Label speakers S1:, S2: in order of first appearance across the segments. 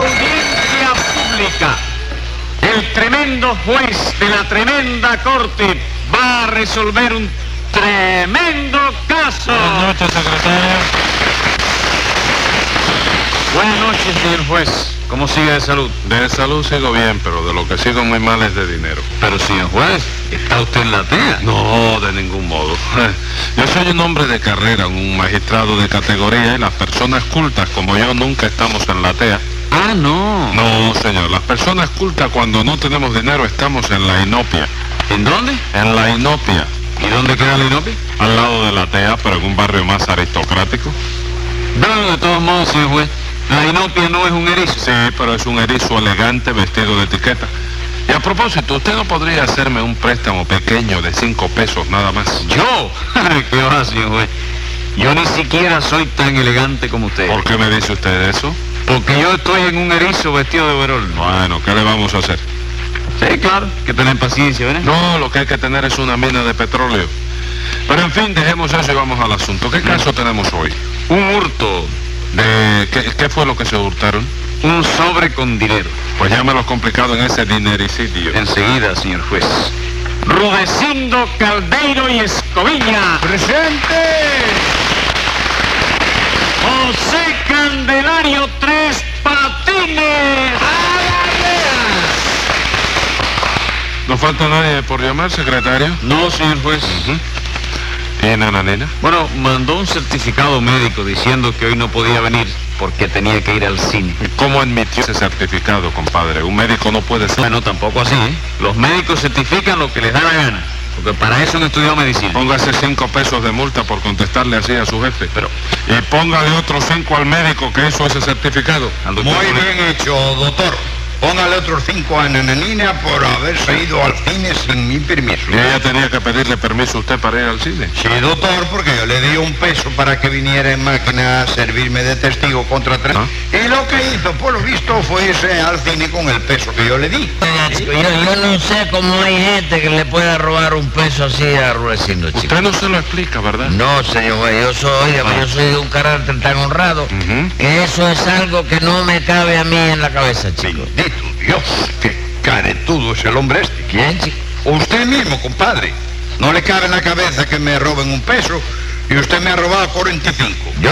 S1: audiencia pública. El tremendo juez de la tremenda corte va a resolver un tremendo caso.
S2: Buenas noches, secretario.
S1: Buenas noches, señor juez. ¿Cómo sigue de salud?
S3: De salud sigo bien, pero de lo que sigo muy mal es de dinero.
S1: Pero, señor juez, ¿está usted en la TEA?
S3: No, de ningún modo. Yo soy un hombre de carrera, un magistrado de categoría y las personas cultas como yo nunca estamos en la TEA.
S1: Ah, no.
S3: No, señor, las personas cultas cuando no tenemos dinero estamos en la inopia.
S1: ¿En dónde?
S3: En la inopia.
S1: ¿Y dónde queda la inopia?
S3: Al lado de la TEA, pero en un barrio más aristocrático.
S1: Bueno, de todos modos, señor juez, la inopia no es un erizo.
S3: Sí, pero es un erizo elegante vestido de etiqueta. Y a propósito, ¿usted no podría hacerme un préstamo pequeño de cinco pesos nada más?
S1: ¿Yo? ¿Qué va, señor juez? Yo ni siquiera soy tan elegante como usted.
S3: ¿Por qué me dice usted eso?
S1: Porque yo estoy en un erizo vestido de overol.
S3: Bueno, ¿qué le vamos a hacer?
S1: Sí, claro, que tener paciencia, ¿verdad?
S3: No, lo que hay que tener es una mina de petróleo. Pero en fin, dejemos eso y vamos al asunto. ¿Qué caso tenemos hoy?
S1: Un hurto,
S3: ¿De qué, qué fue lo que se hurtaron?
S1: un sobre con dinero.
S3: Pues llámelo complicado en ese dinericidio.
S1: Enseguida, señor juez. Rudecindo Caldeiro y Escoviña.
S3: ¡Presente!
S1: José Candelario Tres Patines.
S3: ¿No falta nadie por llamar, secretario?
S1: No, señor juez.
S3: ¿Y Nananina?
S1: Bueno, mandó un certificado médico diciendo que hoy no podía venir porque tenía que ir al cine.
S3: ¿Y ¿Cómo admitió ese certificado, compadre? Un médico no puede ser...
S1: Bueno, tampoco así, ¿eh? Los médicos certifican lo que les da la gana, porque para eso han estudiado medicina.
S3: Póngase cinco pesos de multa por contestarle así a su jefe.
S1: Pero-
S3: Y póngale otros cinco al médico que hizo ese certificado.
S1: Al doctor
S4: Muy
S1: Moreno.
S4: bien hecho, doctor. Póngale otros cinco a Nananina por haberse ido al cine sin mi permiso.
S3: Y ella tenía que pedirle permiso a usted para ir al cine.
S4: Sí, doctor, porque yo le di un peso para que viniera en máquina a servirme de testigo contra tres.
S3: Ah.
S4: Y lo que hizo, por lo visto, fue irse al cine con el peso que yo le di.
S5: Yo, yo no sé cómo hay gente que le pueda robar un peso así a Rudecindo, chico.
S3: Usted no se lo explica, ¿verdad?
S5: No, señor, juez, yo soy, óigame, yo soy de un carácter tan honrado
S3: Ujú.
S5: que eso es algo que no me cabe a mí en la cabeza, chico.
S4: Bendito Dios, qué caretudo es el hombre este.
S5: ¿Quién, chico?
S4: Usted mismo, compadre. No le cabe en la cabeza que me roben un peso y usted me ha robado 45.
S5: Yo.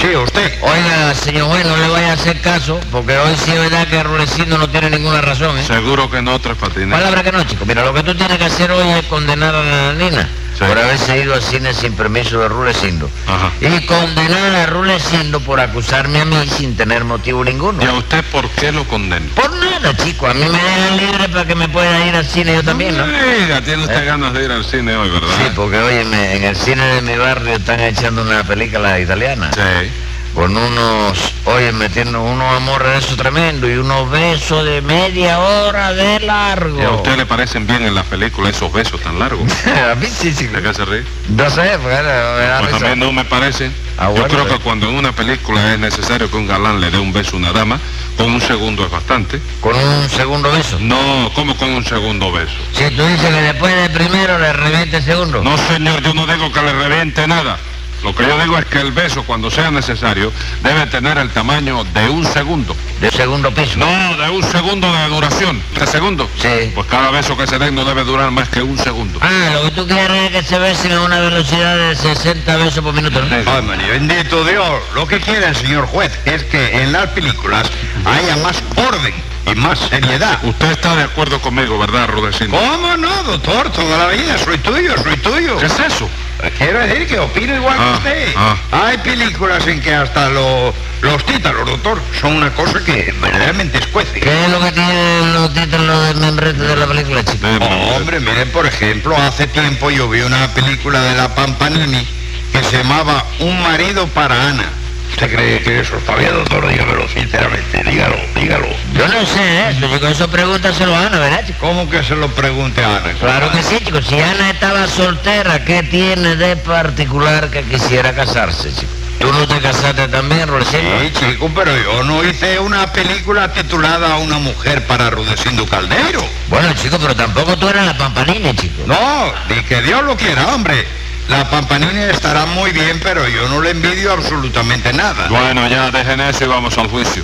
S4: Sí, usted.
S5: Oiga, señor juez, no le vaya a hacer caso, porque hoy sí es verdad que Rudecindo no tiene ninguna razón, ¿eh?
S3: Seguro que no, Tres Patines.
S5: Palabra que no, chico. Mira, lo que tú tienes que hacer hoy es condenar a Nananina
S3: Sí.
S5: por haberse ido al cine sin permiso de Rudecindo.
S3: Ajá.
S5: Y condenar a Rudecindo por acusarme a mí sin tener motivo ninguno.
S3: ¿Y a usted por qué lo condena?
S5: Por nada, chico. A mí me dejan libre para que me pueda ir al cine yo también, ¿no? ¿Eh?
S3: Mira, tiene usted ganas de ir al cine hoy, ¿verdad?
S5: Sí, pues. porque oye, en el cine de mi barrio están echando una película italiana.
S3: Sí.
S5: Con unos, oye, metiendo unos amores de eso tremendo y unos besos de media hora de largo.
S3: ¿Y a usted le parecen bien en las películas esos besos tan largos?
S5: a mí Oh. sí, sí.
S3: ¿De qué se ríe?
S5: No sé, porque era- me da
S3: Pues a
S5: risa.
S3: mí no me parece.
S5: Ah, bueno,
S3: Yo creo
S5: pero-
S3: que cuando en una película es necesario que un galán le dé un beso a una dama, con un segundo es bastante.
S5: Con un segundo beso.
S3: No, ¿cómo con un segundo beso?
S5: Si tú dices que después del primero le reviente el segundo.
S3: No, señor, yo no digo que le reviente nada. Lo que yo digo es que el beso, cuando sea necesario, debe tener el tamaño de un segundo.
S5: De segundo piso.
S3: No, de un segundo de duración. ¿De segundo?
S5: Sí.
S3: Pues cada beso que se den no debe durar más que un segundo.
S5: Ah, lo que tú quieres es que se besen a una velocidad de 60 besos por minuto, ¿no?
S4: Ay, María, bendito Dios. Lo que quiere el señor juez es que en las películas haya más orden y más seriedad.
S3: Usted está de acuerdo conmigo, ¿verdad, Rudecindo?
S4: ¿Cómo no, doctor? Toda la vida soy tuyo, soy tuyo.
S3: ¿Qué es eso?
S4: Quiero decir que opino igual
S3: Ah,
S4: que usted.
S3: ah.
S4: Hay películas en que hasta lo- los títalos, doctor, son una cosa que verdaderamente escuece.
S5: ¿Qué es lo que tienen los títulos del membrete de la película, chico?
S3: De-
S4: Hombre, miren, por ejemplo, hace tiempo yo vi una película de la Pampanini que se llamaba Un marido para Ana. ¿Usted cree que eso está bien, doctor? Dígamelo sinceramente, dígalo, dígalo.
S5: Yo no sé eso, chico. Eso pregúntaselo a Ana, ¿verdad, chico?
S4: ¿Cómo que se lo pregunte a Ana?
S5: Claro que sí, chico. Si Ana estaba soltera, ¿qué tiene de particular que quisiera casarse, chico? ¿Tú no te casaste también, Rolecito?
S4: Sí, chico, pero yo no hice una película titulada Una mujer para Rudecindo Caldeiro.
S5: Bueno, chico, pero tampoco tú eras la pampanina, chico.
S4: No, ni que Dios lo quiera, hombre. La Pampanini estará muy bien, pero yo no le envidio absolutamente nada.
S3: Bueno, ya dejen eso y vamos al juicio.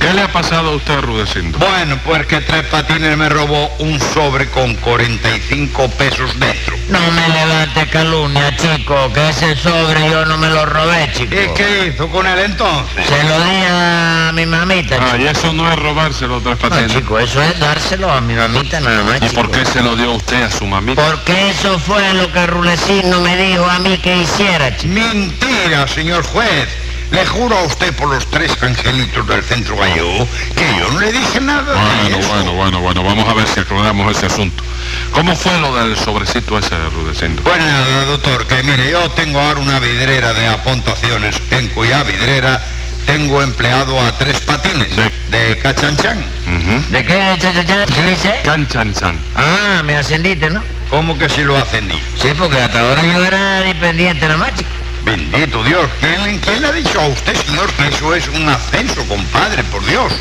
S3: ¿Qué le ha pasado a usted, Rudecindo?
S4: Bueno, pues que Tres Patines me robó un sobre con 45 pesos dentro.
S5: No me levante calumnia, chico, que ese sobre yo no me lo robé, chico.
S4: ¿Y qué hizo con él entonces?
S5: Se lo di a mi mamita,
S3: Ah,
S5: chico.
S3: y eso no es robárselo, Tres
S5: No,
S3: Patines.
S5: chico, eso es dárselo a mi mamita nada más,
S3: ¿Y
S5: chico.
S3: por qué se lo dio usted a su mamita?
S5: Porque eso fue lo que Rulecino me dijo a mí que hiciera, chico.
S4: Mentira, señor juez. Le juro a usted por los tres angelitos del centro gallego que yo no le dije nada de
S3: Bueno,
S4: eso.
S3: bueno, bueno, bueno, vamos a ver si aclaramos ese asunto. ¿Cómo fue lo del sobrecito ese, Rudecindo?
S4: Pues nada, doctor, que mire, yo tengo ahora una vidrera de apuntaciones, en cuya vidrera tengo empleado a tres patines
S3: Sí.
S4: de Cachanchán.
S3: Ujú.
S5: ¿De qué, cha, cha, cha? ¿Qué dice?
S3: Canchanchan.
S5: Ah, me ascendiste, ¿no?
S4: ¿Cómo que si lo ascendí?
S5: Sí, porque hasta ahora yo era dependiente nada más, chico.
S4: Bendito Dios, ¿quién, quién le ha dicho a usted, señor, que eso es un ascenso, compadre, por Dios?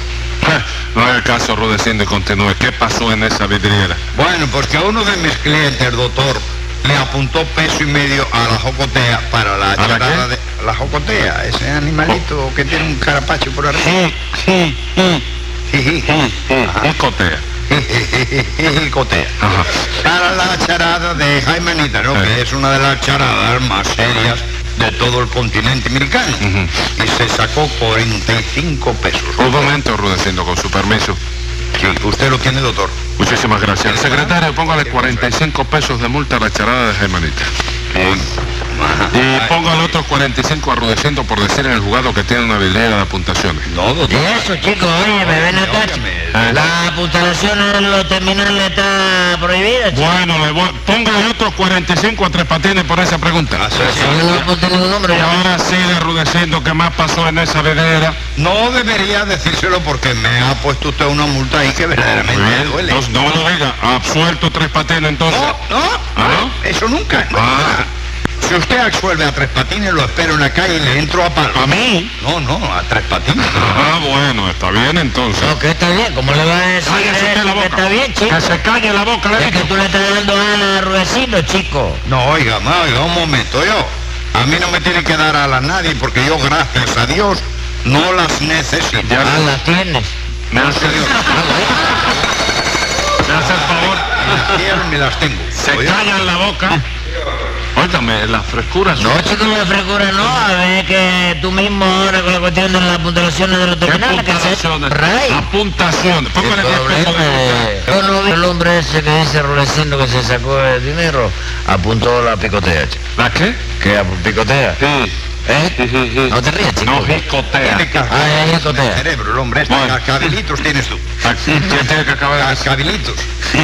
S3: Ja, No haga caso, Rudecindo, y continúe. ¿Qué pasó en esa vidriera?
S4: Bueno, pues que a uno de mis clientes, doctor, le apuntó peso y medio a la jocotea para la
S3: la
S4: charada
S3: qué? Oh.
S4: de... La jocotea, ese animalito que tiene un carapacho por arriba.
S3: Un cotea.
S4: Jijicotea.
S3: Ajá.
S4: Para la charada de Jaime Nítaro, que
S3: Eh.
S4: es una de las charadas más serias de todo el continente americano.
S3: Ujú.
S4: Y se sacó 45 pesos.
S3: Un momento, Rudecindo, con su permiso.
S4: Sí, usted lo tiene, doctor.
S3: Muchísimas gracias. Secretario, póngale 45 pesos de multa a la charada de Germanita. Y póngale otros 45 a Rudecindo por decir en el juzgado que tiene una vidriera de apuntaciones.
S4: No,
S5: Y
S4: doctor.
S5: eso, chicos, oye, me ven acá. chico.
S4: Óigame.
S5: La apuntalación en los terminales está prohibida, chico.
S3: Bueno, le voy... póngale otros 45 a Tres Patines por esa
S4: Ah,
S3: pregunta.
S5: Yo no apunté ningún
S3: Y
S5: nombre. yo-
S3: ahora sigue Rudecindo, ¿qué más pasó en esa vidriera?
S4: No debería decírselo porque me ha puesto usted una multa ahí que verdaderamente me duele.
S3: No, no lo diga, absuelto Tres Patines entonces.
S4: No, no,
S3: ¿Ah,
S4: eso nunca.
S3: Ah.
S4: Si usted absuelve a tres patines, lo espero en la calle y le entro a palo.
S3: ¿A mí?
S4: No, no, a tres patines.
S3: Ah, bueno, está bien entonces.
S5: No, que está bien, ¿cómo le va a decir
S3: Cállese usted
S5: eso?
S3: la
S5: Que
S3: boca.
S5: está bien, chico.
S3: Que se calle la boca, le
S5: Es que
S3: digo.
S5: tú le estás dando ganas a Rudecindo, chico.
S4: No, oiga, ma, oiga, un momento, yo. A mí no me tiene que dar alas nadie porque yo, gracias a Dios, no las necesito.
S3: Ya,
S5: Ah, la tienes.
S3: me hace, me hace el favor.
S4: Ni las quiero ni las tengo.
S3: Se
S4: Oiga,
S3: callan la boca. Óigame, las frescuras
S5: No, chico, la frescura no. A ver que tú mismo ahora con la cuestión de las apuntalaciones de los
S3: ¿Qué
S5: terminales que se...
S3: apuntaciones?
S5: Rey.
S3: Apuntaciones.
S5: El
S3: Póngale 10 pesos
S5: problema
S3: de
S5: es- Yo no vi el hombre ese que dice Rudecindo que se sacó el dinero. Apuntó la picotea, chico.
S3: multa. ¿La qué?
S5: ¿Qué apu- picotea?
S3: Sí.
S5: ¿Eh? No te rías, chico.
S3: No, jicotea.
S4: tiene cascabeles
S5: Ay, ay,
S4: en el
S5: cotea.
S4: cerebro, el hombre. Este,
S3: Bueno.
S4: Cascabelitos tienes tú.
S3: ¿Quién tiene que acabar de hacer?
S4: Cascabelitos.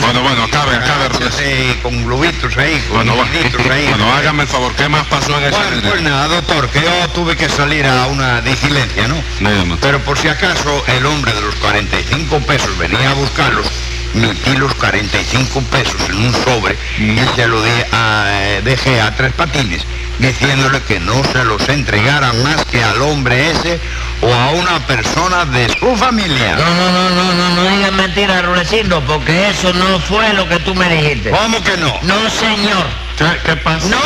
S3: Bueno, bueno, acabe, acabe.
S4: Cachas, eh, con globitos ahí, con
S3: Bueno, va.
S4: globitos ahí.
S3: bueno, hágame el favor, ¿qué más pasó en esa
S4: Bueno, pues
S3: vidriera?
S4: nada, doctor, que yo tuve que salir a una disidencia, ¿no?
S3: Dígame.
S4: Pero por si acaso el hombre de los 45 pesos venía a buscarlos, metí los 45 pesos en un sobre y se lo di a, eh, dejé a tres patines, diciéndole que no se los entregara más que al hombre ese o a una persona de su familia.
S5: No, no, no, no, no, no digas mentiras, Rulecindo, porque eso no fue lo que tú me dijiste.
S4: ¿Cómo que no?
S5: No, señor.
S3: ¿Qué, qué pasa?
S5: No,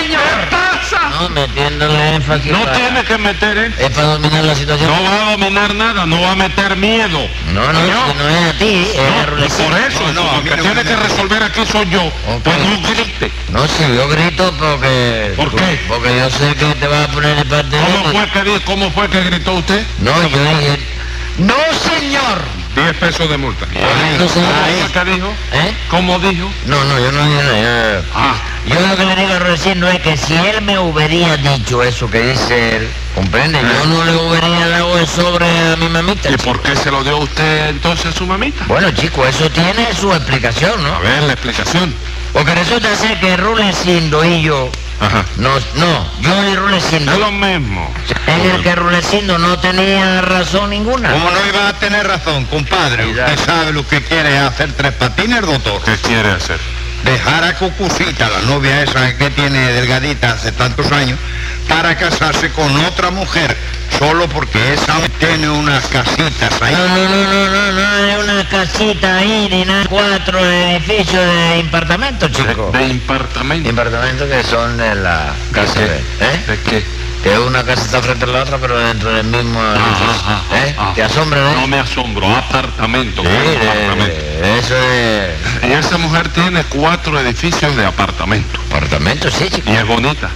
S5: señor.
S3: pasa?
S5: No, metiendo la énfasis.
S3: No
S5: para-
S3: tiene que meter, ¿eh?
S5: Es para dominar la situación.
S3: No va a dominar nada, no va a meter miedo.
S5: no, no,
S3: Señor.
S5: que no es a ti, es a
S3: No, Ah, y por
S5: Rulecindo.
S3: eso,
S4: No, no, a
S3: lo
S4: mí
S3: que
S4: no
S3: tiene
S4: me-
S3: que resolver aquí soy yo.
S5: Ok.
S3: Pues no grite.
S5: No, si yo grito porque...
S3: ¿Por qué?
S5: Porque yo sé que te vas a poner de parte de
S3: ¿Cómo
S5: mí.
S3: fue que, di- cómo fue que gritó usted?
S5: No, yo dije... No, señor.
S3: 10 pesos de multa.
S5: Entonces,
S3: ¿Cómo fue que dijo?
S5: ¿eh?
S3: ¿Cómo dijo?
S5: No, no, yo no dije nada. yo-
S3: Ah,
S5: Yo lo que le digo recién no es que si él me hubiera dicho eso que dice él, comprende, yo no le hubiera dado el sobre a mi mamita.
S3: ¿y
S5: chico.
S3: por qué se lo dio usted entonces a su mamita?
S5: Bueno, chico, eso tiene su explicación,
S3: A
S5: ¿no?
S3: ver, la explicación.
S5: Porque resulta ser que Rulecindo y yo,
S3: Ajá.
S5: no, no, yo y
S3: Es
S5: Rulecindo,
S3: lo mismo.
S5: en el que Rulecindo no tenía razón ninguna.
S3: Oh.
S4: Como no iba a tener razón, compadre, usted sabe lo que quiere hacer tres patines, doctor.
S3: ¿Qué quiere hacer?
S4: dejar a Cucucita, la novia esa que tiene delgadita hace tantos años, para casarse con otra mujer, solo porque esa tiene unas casitas ahí.
S5: No, no, no, no, no, no, es una casita ahí, ni nada, cuatro edificios de apartamentos,
S3: De,
S5: chico.
S3: de impartamento.
S5: Apartamentos que son de la casa de... ¿eh?
S3: ¿De qué?
S5: Que una casa está frente a la otra, pero dentro del mismo edificio.
S3: Ajá, ajá,
S5: ¿Eh?
S3: ajá.
S5: ¿Te asombra, no?
S3: No me asombro, apartamento.
S5: Sí,
S3: claro,
S5: de-
S3: apartamento.
S5: de- eso es...
S3: Y esa mujer tiene cuatro edificios de apartamento.
S5: Apartamento, sí, chico.
S3: Y es bonita.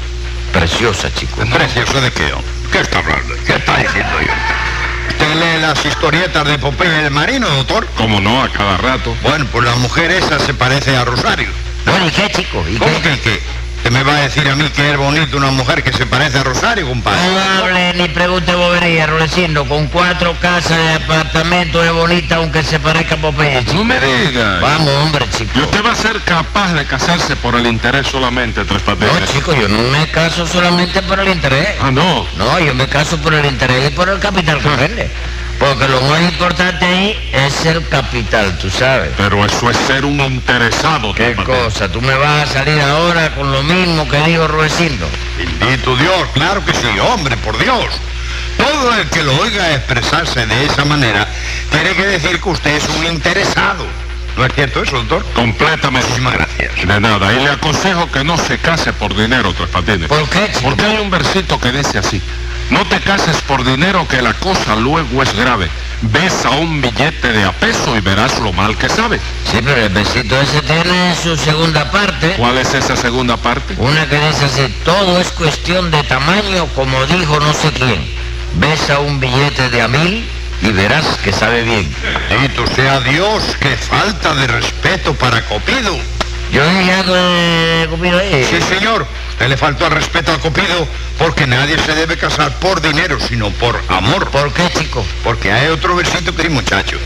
S5: Preciosa, chico.
S4: ¿Precioso de qué? hombre? ¿Qué está hablando? ¿Qué está diciendo yo? ¿Usted lee las historietas de Popeye el Marino, doctor?
S3: Como no, a cada rato.
S4: Bueno, pues la mujer esa se parece a Rosario.
S5: Bueno, ¿y qué, chico? ¿Y
S4: ¿Cómo
S5: qué?
S4: que qué? ¿Usted me va a decir a mí que es bonita una mujer que se parece a Rosario, compadre?
S5: No hable ni pregunte bobería, Rudecindo. Con cuatro casas de apartamento es bonita, aunque se parezca a Popeye, chico.
S3: No me digas.
S5: Vamos, hombre, chico.
S3: Y usted va a ser capaz de casarse por el interés solamente, Tres
S5: No,
S3: Patines.
S5: chico, yo no me caso solamente por el interés.
S3: Ah, no.
S5: No, yo me caso por el interés y por el capital, ¿comprende? Porque lo más importante ahí es el capital, tú sabes.
S3: Pero eso es ser un interesado,
S5: ¿Qué
S3: Tres Patines.
S5: cosa? ¿Tú me vas a salir ahora con lo mismo que digo Ruecindo?
S4: Bendito Dios, claro que sí, hombre, por Dios. Todo el que lo oiga expresarse de esa manera tiene que decir que usted es un interesado. ¿No es cierto eso, doctor?
S3: Completamente.
S4: Muchísimas gracias.
S3: De nada. Y le aconsejo que no se case por dinero, Tres Patines.
S5: ¿Por qué, chico?
S3: Porque hay un versito que dice así. No te cases por dinero que la cosa luego es grave. Besa un billete de a peso y verás lo mal que sabe.
S5: Sí, pero el besito ese tiene su segunda parte.
S3: ¿Cuál es esa segunda parte?
S5: Una que dice así, todo es cuestión de tamaño, como dijo no sé quién. Besa un billete de a mil y verás que sabe bien.
S4: Bendito sea Dios, qué falta de respeto para Copido.
S5: Yo dije algo de Cupido eh, ahí.
S4: Sí, señor, usted le faltó al respeto a Copido porque nadie se debe casar por dinero, sino por amor.
S5: ¿Por qué, chico?
S4: Porque hay otro versito que dice, muchacho,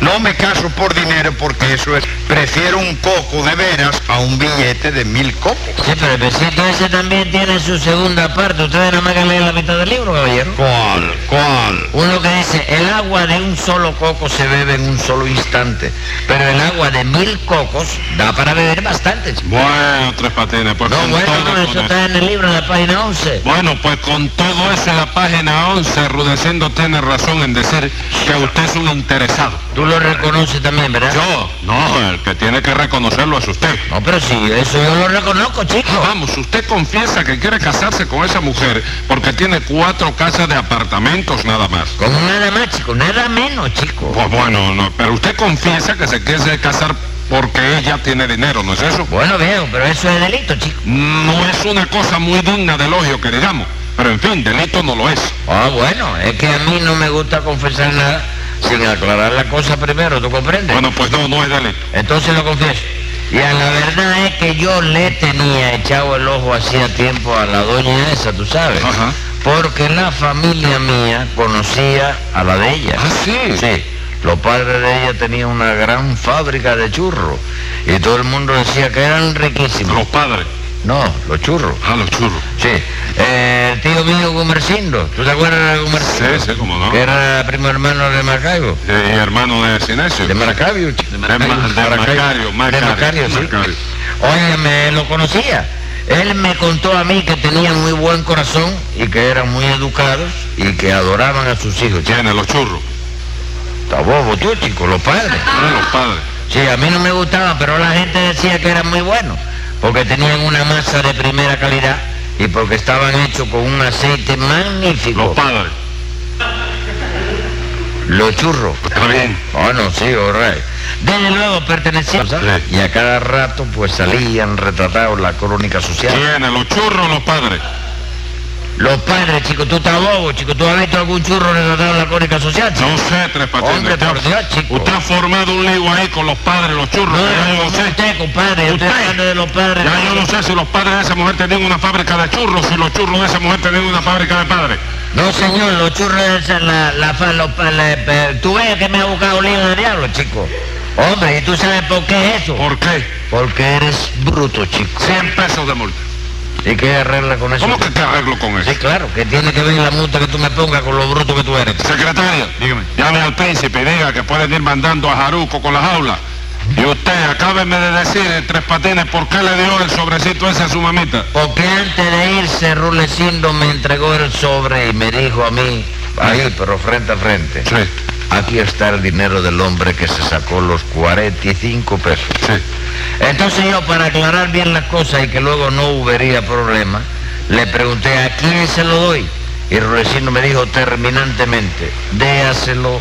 S4: no me caso por dinero porque eso es, prefiero un coco de veras a un billete de mil cocos.
S5: Sí, pero el besito ese también tiene su segunda parte. Ustedes nada más que leen la mitad del libro, caballero.
S4: ¿Cuál? ¿Cuál?
S5: Uno que dice, el agua de un solo coco se bebe en un solo instante, pero el agua de mil cocos da para beber bastante. chico.
S3: Bueno, Tres Patines, pues
S5: No,
S3: con
S5: bueno,
S3: todo
S5: no,
S3: con
S5: eso
S3: eso.
S5: está en el libro, en la página 11.
S3: Bueno, pues con todo eso en la página 11, Rudecindo tiene razón en decir que usted es un interesado.
S5: Tú lo reconoces también, ¿verdad?
S3: Yo, no, el que tiene que reconocerlo es usted.
S5: No, pero sí, eso yo lo reconozco, chico.
S3: Vamos, usted confiesa que quiere casarse con esa mujer porque tiene cuatro casas de apartamentos nada más.
S5: Como nada más, chico, nada menos, chico.
S3: Pues bueno, no, pero usted confiesa que se quiere casar porque ella tiene dinero, ¿no es eso?
S5: Bueno, viejo, pero eso es delito, chico.
S3: No es una cosa muy digna de elogio que digamos, pero en fin, delito no lo es.
S5: Ah, bueno, es que a mí no me gusta confesar nada sin aclarar la cosa primero, ¿tú comprendes?
S3: Bueno, pues no, no es delito.
S5: Entonces lo confieso. Y a la verdad es que yo le tenía echado el ojo hacía tiempo a la doña esa, tú sabes.
S3: Ajá.
S5: Porque la familia mía conocía a la de ella.
S3: Ah, sí.
S5: Sí. Los padres de ella tenían una gran fábrica de churros. Y todo el mundo decía que eran riquísimos.
S3: Los padres,
S5: No, los churros.
S3: a los churros.
S5: Sí. Eh, el tío mío Gumercindo. ¿Tú te acuerdas de Gumercindo?
S3: Sí, sí, cómo no.
S5: Que era primo hermano de Maracaibo.
S3: Eh, hermano de Sinesio.
S5: De Maracaibo. chico.
S3: De Ma- de Macario,
S5: De Macario,
S3: Macario.
S5: sí.
S3: Macario.
S5: Oye, me lo conocía. Él me contó a mí que tenía muy buen corazón y que eran muy educados y que adoraban a sus hijos. chico.
S3: Tiene los churros.
S5: Está bobo tú, chico, los padres.
S3: Tiene los padres.
S5: Sí, a mí no me gustaba, pero la gente decía que eran muy buenos, porque tenían una masa de primera calidad y porque estaban hechos con un aceite magnífico.
S3: Los padres.
S5: Los churros.
S3: Está bien.
S5: Bueno, Oh, sí, alright. Desde luego pertenecían
S3: Sí.
S5: y a cada rato pues salían retratados la crónica social.
S3: Tiene los churros, los padres.
S5: Los padres, chico, tú estás bobo, chico, tú has visto algún churro retratado en la crónica social, chico?
S3: No sé, Tres Patines.
S5: Hombre,
S3: Usted ha-
S5: por Dios, chico.
S3: Usted ha formado un lío ahí con los padres, los churros.
S5: No,
S3: que ya
S5: no,
S3: yo sé.
S5: usted, compadre, yo estoy
S3: Usted.
S5: hablando de los padres.
S3: Ya yo no sé si los padres de esa mujer tenían una fábrica de churros, si los churros de esa mujer tenían una fábrica de padres.
S5: No, señor, los churros esa la, la, fa- los pa- la- pa- Tú ves que me ha buscado un libro de diablo, chico. Hombre, ¿y tú sabes por qué es eso?
S3: ¿Por qué?
S5: Porque eres bruto, chico.
S3: 100 pesos de multa.
S5: ¿Y qué arregla con eso?
S3: ¿Cómo que te arreglo con eso?
S5: Sí, claro, que tiene que ver la multa que tú me pongas con lo bruto que tú eres.
S3: Secretaria,
S4: Dígame.
S3: llame al príncipe y diga que pueden ir mandando a Jaruco con las aulas. Y usted, acábeme de decir, eh, Tres Patines, ¿por qué le dio el sobrecito ese a su mamita?
S5: Porque antes de irse, Rulecindo me entregó el sobre y me dijo a mí, ahí, pero frente a frente,
S3: Sí,
S5: aquí está el dinero del hombre que se sacó los 45 pesos.
S3: sí.
S5: Entonces yo, para aclarar bien las cosas y que luego no hubiera problema, Le pregunté a quién se lo doy. Y Rulecindo me dijo terminantemente, déaselo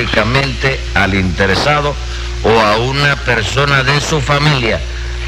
S5: únicamente al interesado o a una persona de su familia.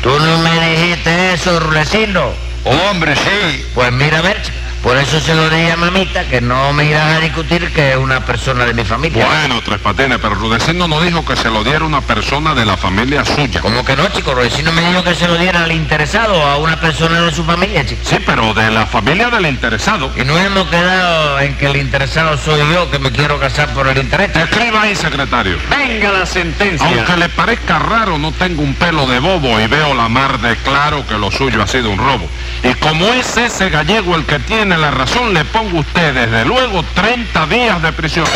S5: Tú no me dijiste eso, Rulecindo.
S4: Hombre, sí.
S5: Pues mira, a ver, por eso se lo dije a mamita, que no me irás a discutir que es una persona de mi familia.
S3: Bueno, Tres Patines, pero Rudecindo no dijo que se lo diera una persona de la familia suya.
S5: Como que no, chico, Rudecindo me dijo que se lo diera al interesado, a una persona de su familia, chico.
S3: Sí, pero de la familia del interesado.
S5: Y no hemos quedado en que el interesado soy yo, que me quiero casar por el interés.
S3: Escriba ahí, secretario.
S1: Venga la sentencia.
S3: Aunque le parezca raro, no tengo un pelo de bobo y veo la mar de claro que lo suyo ha sido un robo. Y como es ese gallego el que tiene la razón, le pongo a usted desde luego 30 días de prisión.